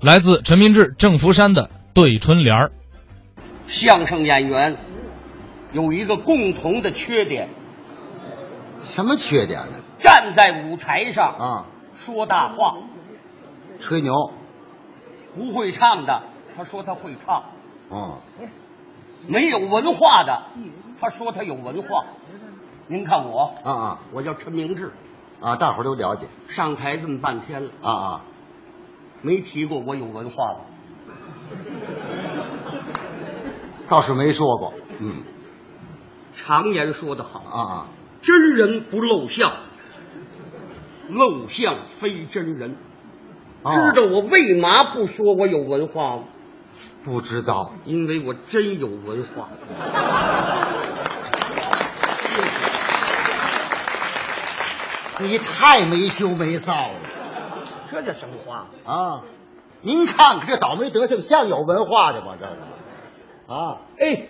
来自陈明志、郑福山的《对春联儿》。相声演员有一个共同的缺点，什么缺点呢？站在舞台上啊，说大话，吹牛。不会唱的他说他会唱，哦，没有文化的他说他有文化。您看我，啊啊我叫陈明志，啊！大伙儿都了解。上台这么半天了，啊啊，没提过我有文化了。倒是没说过。嗯，常言说得好，啊啊，真人不露相，露相非真人。哦知道我为嘛不说我有文化吗？不知道？因为我真有文化。你太没羞没臊了这叫什么话？啊！您看看这倒霉德行，像有文化的吗？这个啊，哎，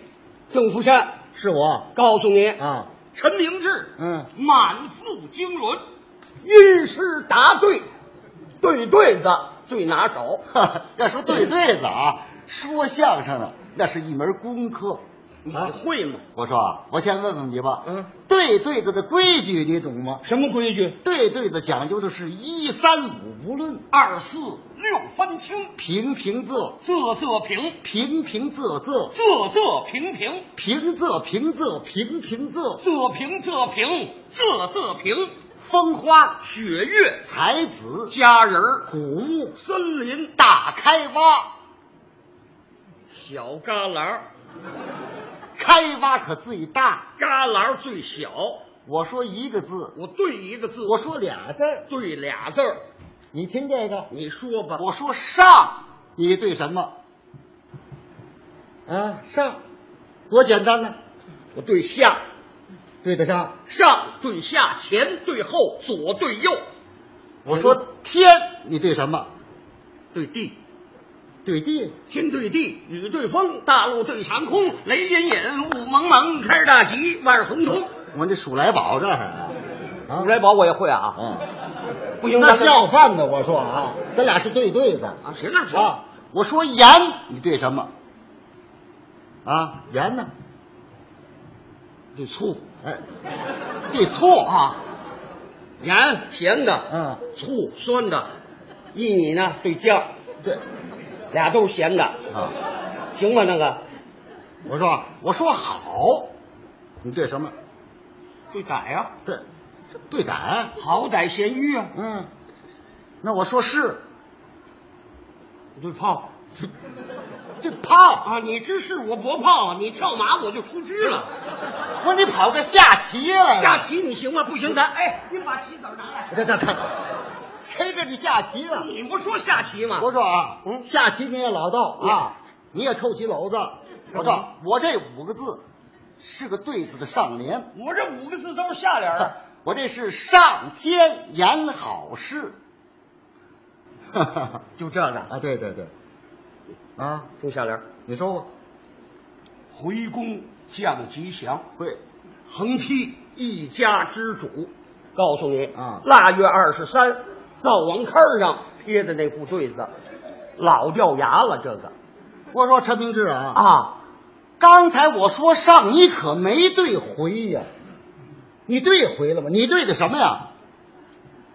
郑福山，是我告诉你，啊，陈明志，嗯， 满腹经纶，因诗答对，对对子最拿手。哈哈要说对对子啊，说相声的那是一门功课。你会吗？我说啊，我先问问你吧，嗯，对对子的规矩你懂吗？什么规矩？对对子讲究的是一三五不论，二四六分清，平平仄，仄仄平，平平仄仄，仄仄平平，平仄平仄，平平仄，仄平仄平，仄仄平。风花雪月、才子佳人儿、古木森林、大开挖，小旮旯，开挖可最大。旮旯最小。我说一个字，我对一个字，我说俩字儿，对俩字儿，你听这个，你说吧。我说上，你对什么？啊，上，多简单呢，我对下，对得上。上对下，前对后，左对右，我说天，你对什么？对地，对地。天对地，雨对风，大陆对长空，雷隐隐，雾蒙蒙，开着大吉，万事红通。我这数来宝这儿啊，啊五来宝我也会啊，啊，不行，那咱们要饭的。我说啊，咱俩是对对的啊，谁让谁？啊。我说盐，你对什么？啊，盐呢？对醋哎，对醋啊，啊，盐咸的，嗯，醋酸的，一你呢对酱，对俩都是咸的，啊。行吗？那个我说我说好，你对什么？对改啊，对对胆。好歹咸鱼啊，嗯，那我说是对泡对炮。啊，你知是我搏炮啊，你跳马我就出局了。不是你跑个下棋来了？下棋你行吗？不行，咱哎，你把棋子儿拿来。这这这，谁跟你下棋了？你不说下棋吗？我说啊，嗯下棋你也老道啊，嗯你也臭棋篓子。我说我这五个字是个对子的上联，我这五个字都是下联儿。啊我这是上天言好事。 啊， 就这个，对对对，啊，就下联儿。你说吧，回宫降吉祥，会横批一家之主。告诉你啊腊月二十三，灶王坑上贴的那副对子，老掉牙了。这个我说陈明志啊，啊，刚才我说上，你可没对回呀、你对回了吗？你对的什么呀？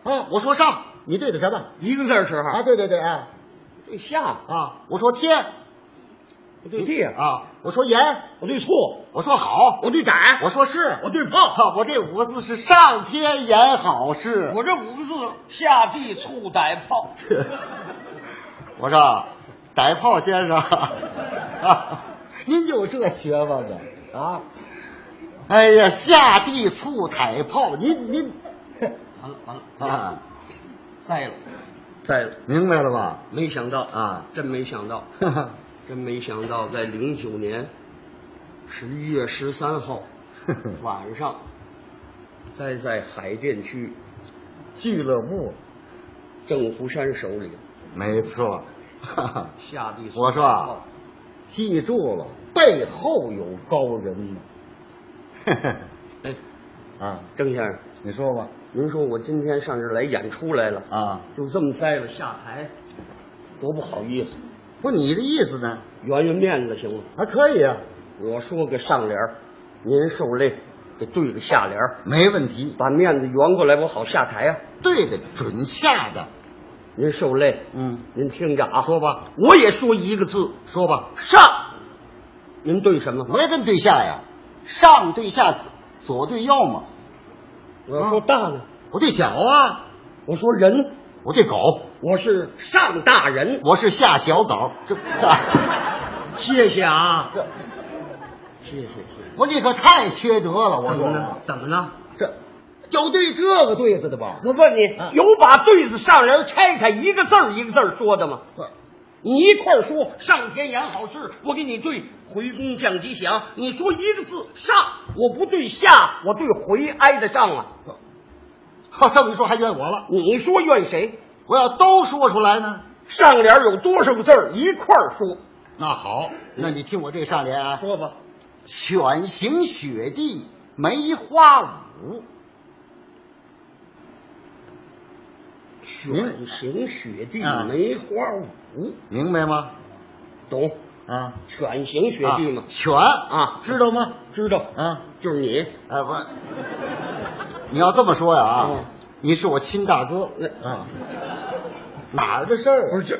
啊，我说上，你对的什么？一个字儿时啊，候，对对对，啊对下啊，我说天，我对地，啊，我说盐，我对错，我说好，我对改，我说是，我对炮。啊我这五个字是上天言好事。 我这五个字：下地醋逮炮。我说，逮炮先生，啊您有这学问呢 啊？哎呀，下地醋逮炮，您您完了完了，啊，栽了，栽了。明白了吧？没想到啊，真没想到，哈哈真没想到，在零九年十一月十三 号晚上，栽在海淀区俱乐部，郑福山手里啊没错。 哈哈下地。我说啊，记住了，背后有高人呢。哎， 啊，郑先生，你说吧。您说我今天上这儿来演出来了，啊，就这么栽了下台，多不好意思，不，你的意思呢？圆圆面子行吗？还可以啊，我说个上联儿，您受累给对个下联儿，没问题，把面子圆过来，我好下台啊。对的，准恰的。您受累，嗯，您听着啊，说吧，我也说一个字说吧，上，您对什么？我也跟对下呀，上对下，左对右嘛，我要说大呢，我对小啊，我说人，我对狗，我是上大人。我是下小狗。这， 谢谢 啊，谢谢谢谢。我你可太缺德了，我怎么了说？怎么了？这有对这个对子的吧？ 我问你啊，有把对子上联拆开一个字儿一个字儿说的吗？你一块儿说上天言好事，我给你对回宫降吉祥。你说一个字上，我不对下，我对回挨着账啊。哈，这么一说还怨我了，你说怨谁？我要都说出来呢。上联有多少个字儿一块儿说？那好，那你听我这上联啊，说吧，犬行雪地梅花嗯舞，犬行雪地啊梅花舞，明白吗？懂？啊，犬行雪地嘛啊，犬啊知道吗？知道？啊，就是你。哎我，你要这么说呀啊嗯，你是我亲大哥那啊，哪儿的事儿？不是这，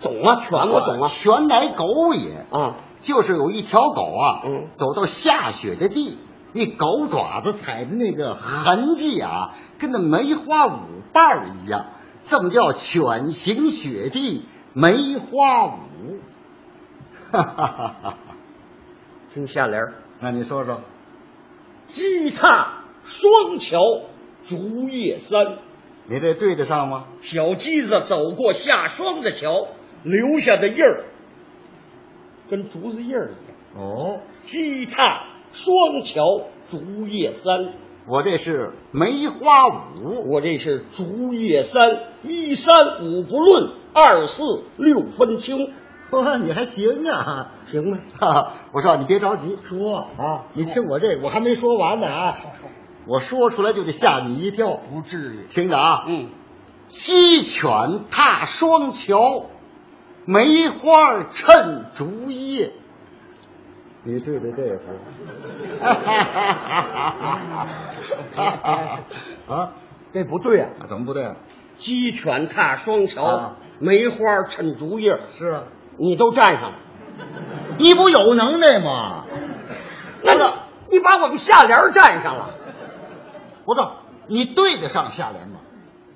懂啊，犬啊我懂啊。犬乃狗也，啊，就是有一条狗啊，嗯走到下雪的地，那狗爪子踩的那个痕迹啊，跟那梅花舞瓣儿一样，这么叫犬行雪地梅花舞。哈哈哈哈！听下联儿，那你说说，鸡踏双桥竹叶三，你这对得上吗？小鸡子走过下双的桥，留下的印儿跟竹子印儿一样。哦，鸡踏双桥竹叶三，我这是梅花舞，我这是竹叶三，一三五不论，二四六分清，呵，你还行啊。行吗？哈哈， 我说你别着急，说啊，你听我这，我还没说完呢啊，我说出来就得吓你一跳，不至于。听着啊，嗯，鸡犬踏双桥，梅花衬竹叶。你对对对，哈哈哈！ 啊，这不对啊！怎么不对啊？鸡犬踏双桥，啊梅花衬竹叶，是啊，你都占上了。你不有能耐吗？那你你把我们下联占上了，不是，你对得上下联吗？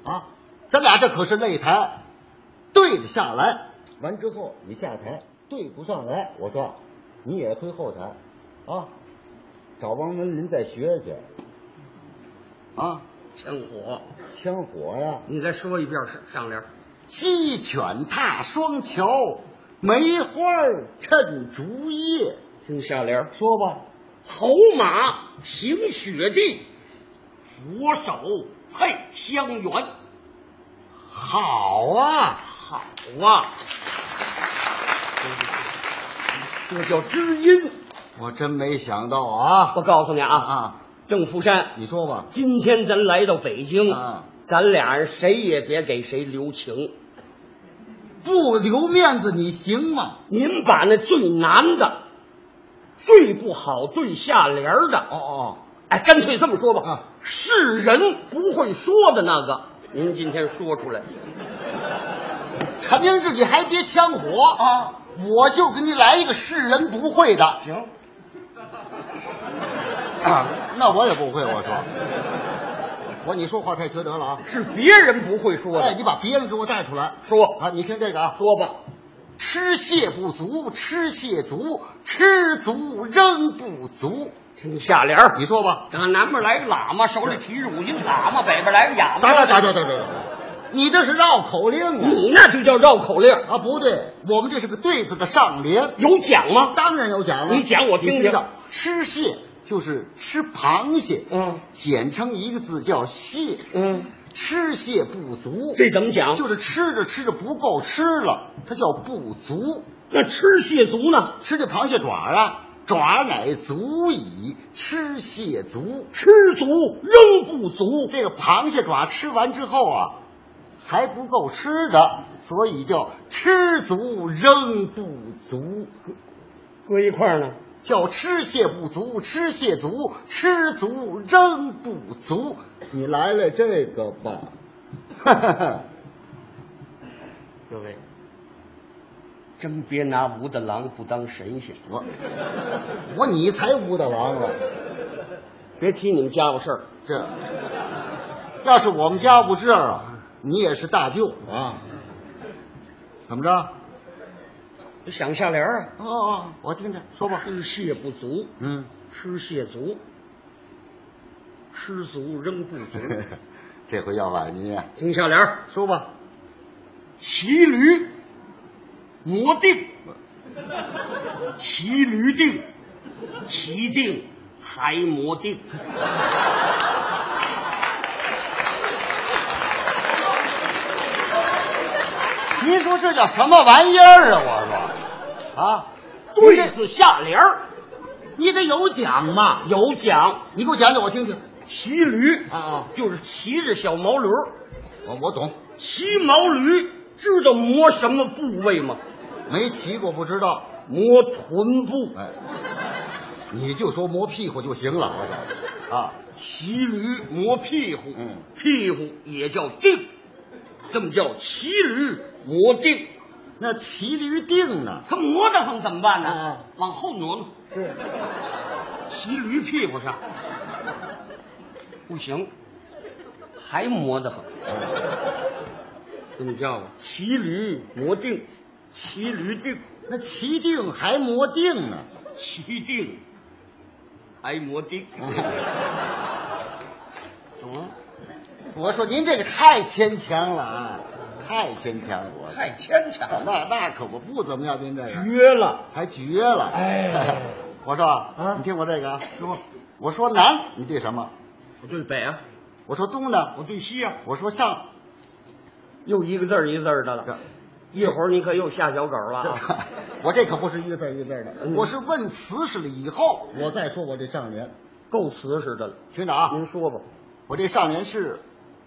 啊，咱俩这可是擂台，对得下来。完之后你下台，对不上来，我告诉你，你也推后台，啊，找王文林再学学，啊，枪火！枪火呀、你再说一遍上上联，鸡犬踏双桥，梅花衬竹叶。听下联：说吧，侯马行雪地，佛手配香橼。好啊，好啊，这叫知音。我真没想到啊我告诉你啊啊，啊！郑福山，你说吧，今天咱来到北京，啊咱俩人谁也别给谁留情。不留面子你行吗？您把那最难的、最不好对下联儿的，哦哦，哎，干脆这么说吧，啊是人不会说的那个，您今天说出来。陈明志，你还别呛火啊！我就给你来一个世人不会的行，啊！那我也不会，我说，我你说话太缺德了啊！是别人不会说的，哎，你把别人给我带出来说啊！你听这个啊，说吧，吃蟹不足，吃蟹足，吃足仍不足。听下联儿。你说吧，啊，南边来个喇嘛，手里提着五斤喇嘛；北边来个哑打打打打打打打，你这是绕口令啊你那就叫绕口令，啊！啊，不对，我们这是个对子的上联，有奖吗？当然有讲了。你讲我听听你着，吃蟹就是吃螃蟹，嗯简称一个字叫蟹。嗯，吃蟹不足，这怎么讲？就是吃着吃着不够吃了，它叫不足。那吃蟹足呢？吃这螃蟹爪啊，爪乃足矣，吃蟹足。吃足仍不足，这个螃蟹爪吃完之后啊，还不够吃的，所以叫吃足扔不足，搁一块儿呢？叫吃蟹不足，吃蟹足，吃足扔不足。你来了这个吧，哈哈哈。各位，真别拿武大郎不当神仙，我我你才武大郎了，别提你们家伙事儿。啊这要是我们家不这样啊，你也是大舅啊。怎么着？你想下联儿啊？哦哦，我听听，说吧。吃蟹不足，嗯，吃蟹足，吃足扔不足。 这回要崴您啊， 听下联儿：说吧。骑驴磨 腚，骑驴腚，骑腚还磨腚。您说这叫什么玩意儿啊？我说，啊，你对得子下联儿你得有奖嘛，有奖，你给我讲讲，我听听。骑驴啊啊，就是骑着小毛驴儿。我我懂，骑毛驴知道磨什么部位吗？没骑过不知道。磨臀部。哎，你就说磨屁股就行了，我说啊，骑驴磨屁股，嗯屁股也叫腚，这么叫骑驴磨腚。那骑驴腚呢？他磨得慌怎么办呢？啊往后挪挪，是，骑驴屁股上不行，还磨得慌。嗯这么叫吧，骑驴磨腚，骑驴腚，那骑腚还磨腚呢？ 骑腚还磨腚，懂了？我说您这个太牵强了啊，太牵强了，我啊太牵强了，那那可不不怎么样，您这个绝了。还绝了。哎，我说啊，你听我这个啊，说，我说南，你对什么？我对北啊，我说东呢？我对西啊，我说上，又一个字儿一个字儿的了。一会儿你可又下小狗了啊！ 我这可不是一个字儿一个字儿的嗯，我是问词是了以后，我再说我这上联。够瓷实的了。嗯听着啊，您说吧，我这上联是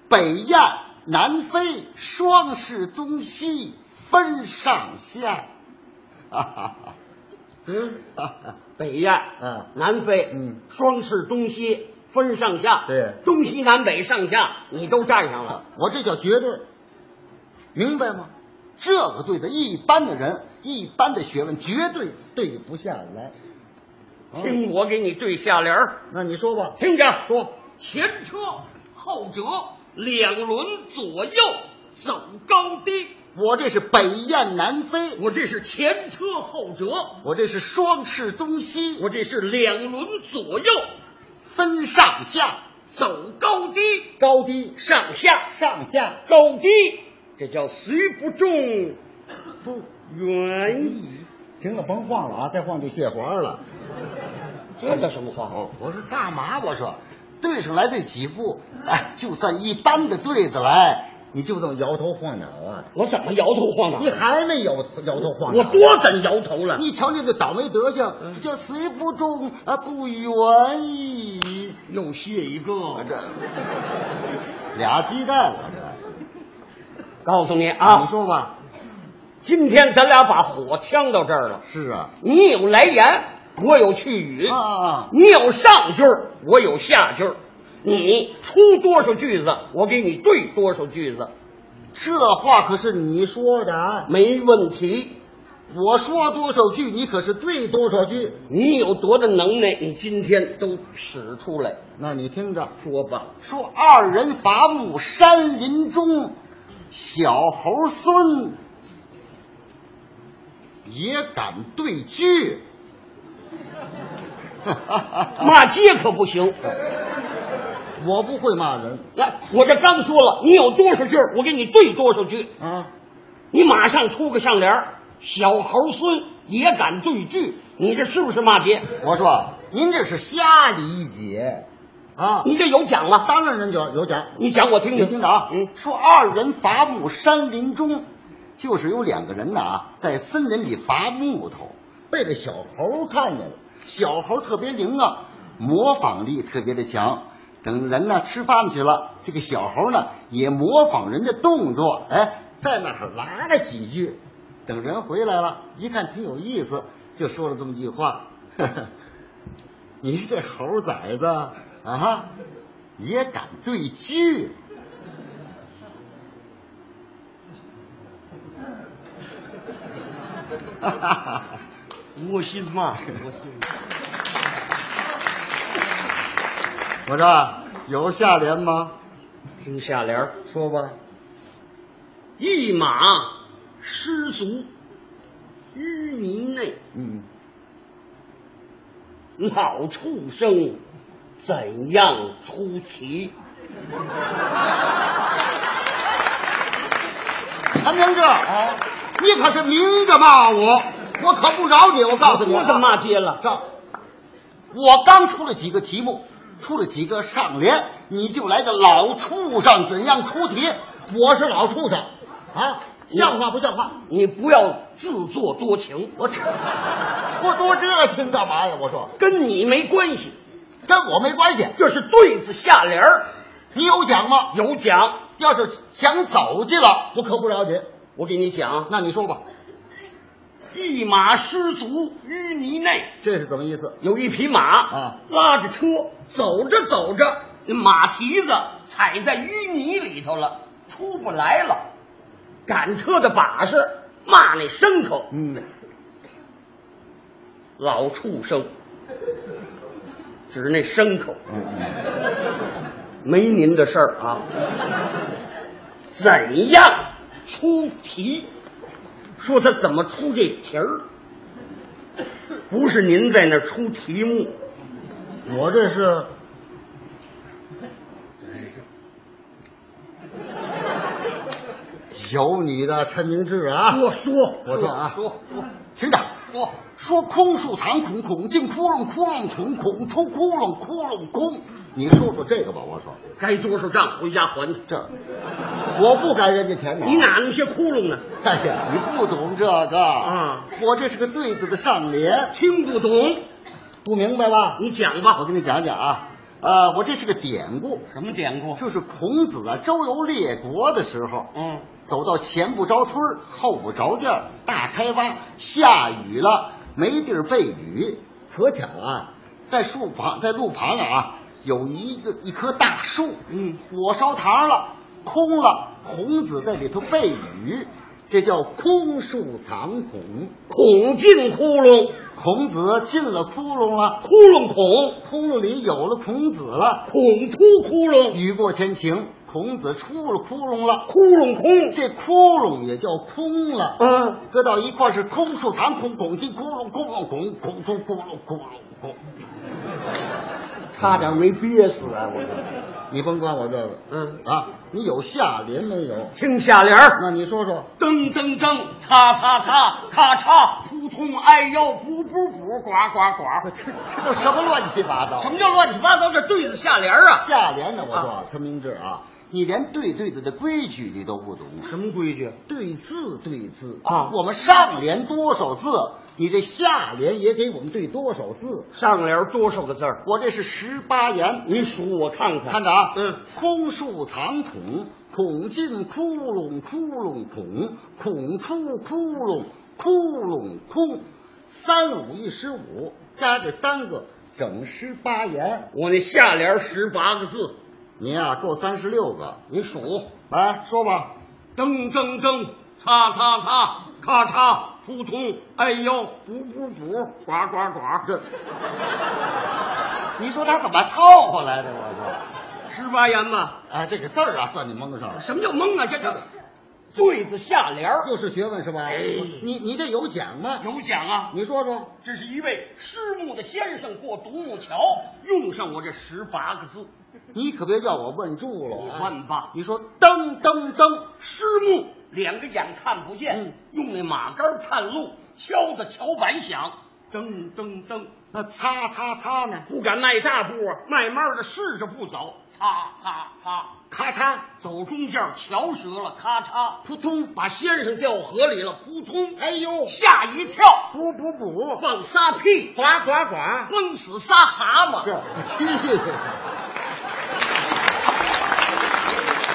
北雁南飞，双翅东西分上下。哈哈哈嗯，哈哈北雁，嗯南飞，嗯，双翅东西分上下，对东西南北上下你都占上了。我这叫绝对，明白吗？这个对的，一般的人，一般的学问，绝对对不下来。嗯听我给你对下联儿，那你说吧，听着，说前车后辙，两轮左右走高低。我这是北雁南飞，我这是前车后辙，我这是双翅东西，我这是两轮左右分上下，走高低，高低上下上下高低，这叫虽不中，不。远矣。行了，甭晃了啊，再晃就谢环了。这叫什么话？哦，我说干嘛？我说对上来这几步，哎，就算一般的对子来，嗯你就这么摇头晃脑啊？我怎么摇头晃脑？你还没摇摇头晃我脑？多咱摇头了。你瞧你这倒霉德行，这叫随不中啊，不远矣。又谢一我个。这俩鸡蛋，我这告诉你你啊，说吧，今天咱俩把火呛到这儿了。是啊，你有来言，我有去语；啊啊，你有上句儿，我有下句儿。你出多少句子，我给你对多少句子，这话可是你说的啊，没问题。我说多少句，你可是对多少句。你有多大能耐，你今天都使出来。那你听着，说吧，说二人伐木山林中，小猴孙也敢对句。骂街可不行。 我不会骂人来，我这刚说了，你有多少句儿，我给你对多少句。啊，你马上出个上联儿小猴孙也敢对句，你这是不是骂街？我说啊您这是瞎理解啊！你这有奖了，当然人有有奖，你讲我听你听。听着啊，嗯，说二人伐木山林中，就是有两个人呐、啊在森林里伐木头，被这小猴看见了。小猴特别灵啊，模仿力特别的强。等人呢吃饭去了，这个小猴呢也模仿人的动作，哎，在那儿拉了几句，等人回来了，一看挺有意思，就说了这么句话：“ 你这猴崽子啊，也敢 对锯？”哈哈哈哈窝心嘛，窝心。我说有下联吗？听下联儿说吧。一马失足淤泥内，嗯，老畜生怎样出奇？谭明志，哎啊，你可是明着骂我，我可不饶你。我告诉你啊，我怎么骂街了？告，我刚出了几个题目，出了几个上联，你就来个老畜生怎样出题？我是老畜生啊，像话不像话？你不要自作多情，我这我多热情干嘛呀？我说跟你没关系，跟我没关系。这是对子下联儿你有奖吗？有奖，要是想走进了，我可不饶你。我给你讲，那你说吧，一马失足淤泥内，这是怎么意思？有一匹马啊拉着车走着走着，那马蹄子踩在淤泥里头了，出不来了。赶车的把式骂那牲口，嗯，老畜生，指那牲口，嗯没您的事儿啊。怎样出题？说他怎么出这题儿？不是您在那儿出题目，我 这是有你的陈明志啊！说说，我说啊说说听着，说，说空树堂孔孔进窟窿，窟窿孔孔出窟窿，窟窿空。你说说这个吧，我说该多少账回家还去。这我不该人家钱呢。你？哪那些窟窿呢？哎呀，你不懂这个啊！我这是个对子的上联，听不懂，不明白吧？你讲我吧。跟你讲讲啊，呃，我这是个典故，什么典故？就是孔子啊周游列国的时候，嗯，走到前不着村儿后不着店儿大开挖，下雨了没地儿避雨，可巧啊，在树旁在路旁啊有一个一棵大树，嗯火烧堂了，空了，孔子在里头避雨，这叫空树藏孔。孔进窟窿，孔子进了窟窿了，窟窿孔，窟窿里有了孔子了，孔出窟窿，雨过天晴，孔子出了窟窿了，窟窿空。这窟窿也叫空了。啊，搁到一块儿是空树藏孔，孔进窟窿，窟窿孔，孔出窟窿，窟窿孔。差点没憋死啊！我你甭管我这个，嗯啊，你有下联没有？听下联儿。那你说说，噔噔噔，擦擦擦，咔嚓，扑通，哎呦，补补补，呱呱呱。这都什么乱七八糟什？么叫乱七八糟？这对子下联儿啊？下联呢？我说啊啊，陈明志啊，你连对对子的规矩你都不懂，什么规矩？对字对字啊我们上联多少字，你这下联也给我们对多少字？上联多少个字儿？我这是十八言。你数我看看。看着啊，嗯，空树藏孔，孔进窟窿，窟窿孔，孔出窟窿，窟窿空。三五一十五，加这三个，整十八言。我那下联十八个字，你呀、够三十六个，你数。来说吧。噔噔噔，擦擦擦，咔嚓，扑通，哎呦，补补补，呱呱呱。这，你说他怎么凑合来的？我十八言吧？说，哎，这个字儿啊，算你蒙上了，什么叫蒙啊？这这对子下联儿又是学问是吧？哎你你这有奖吗？有奖啊！你说说，这是一位失木的先生过独木桥，用上我这十八个字，你可别叫我问住了啊。问吧。你说噔噔噔，失木两个眼看不见，嗯用那马杆探路，敲的桥板响，噔噔噔，那擦擦擦呢？不敢迈大步啊，慢慢的试着步走，擦擦擦，咔嚓，走中间桥折了，咔嚓，扑通，把先生掉河里了，扑通，哎呦，吓一跳，补补补，放仨屁，呱呱呱，崩死仨蛤蟆。这去。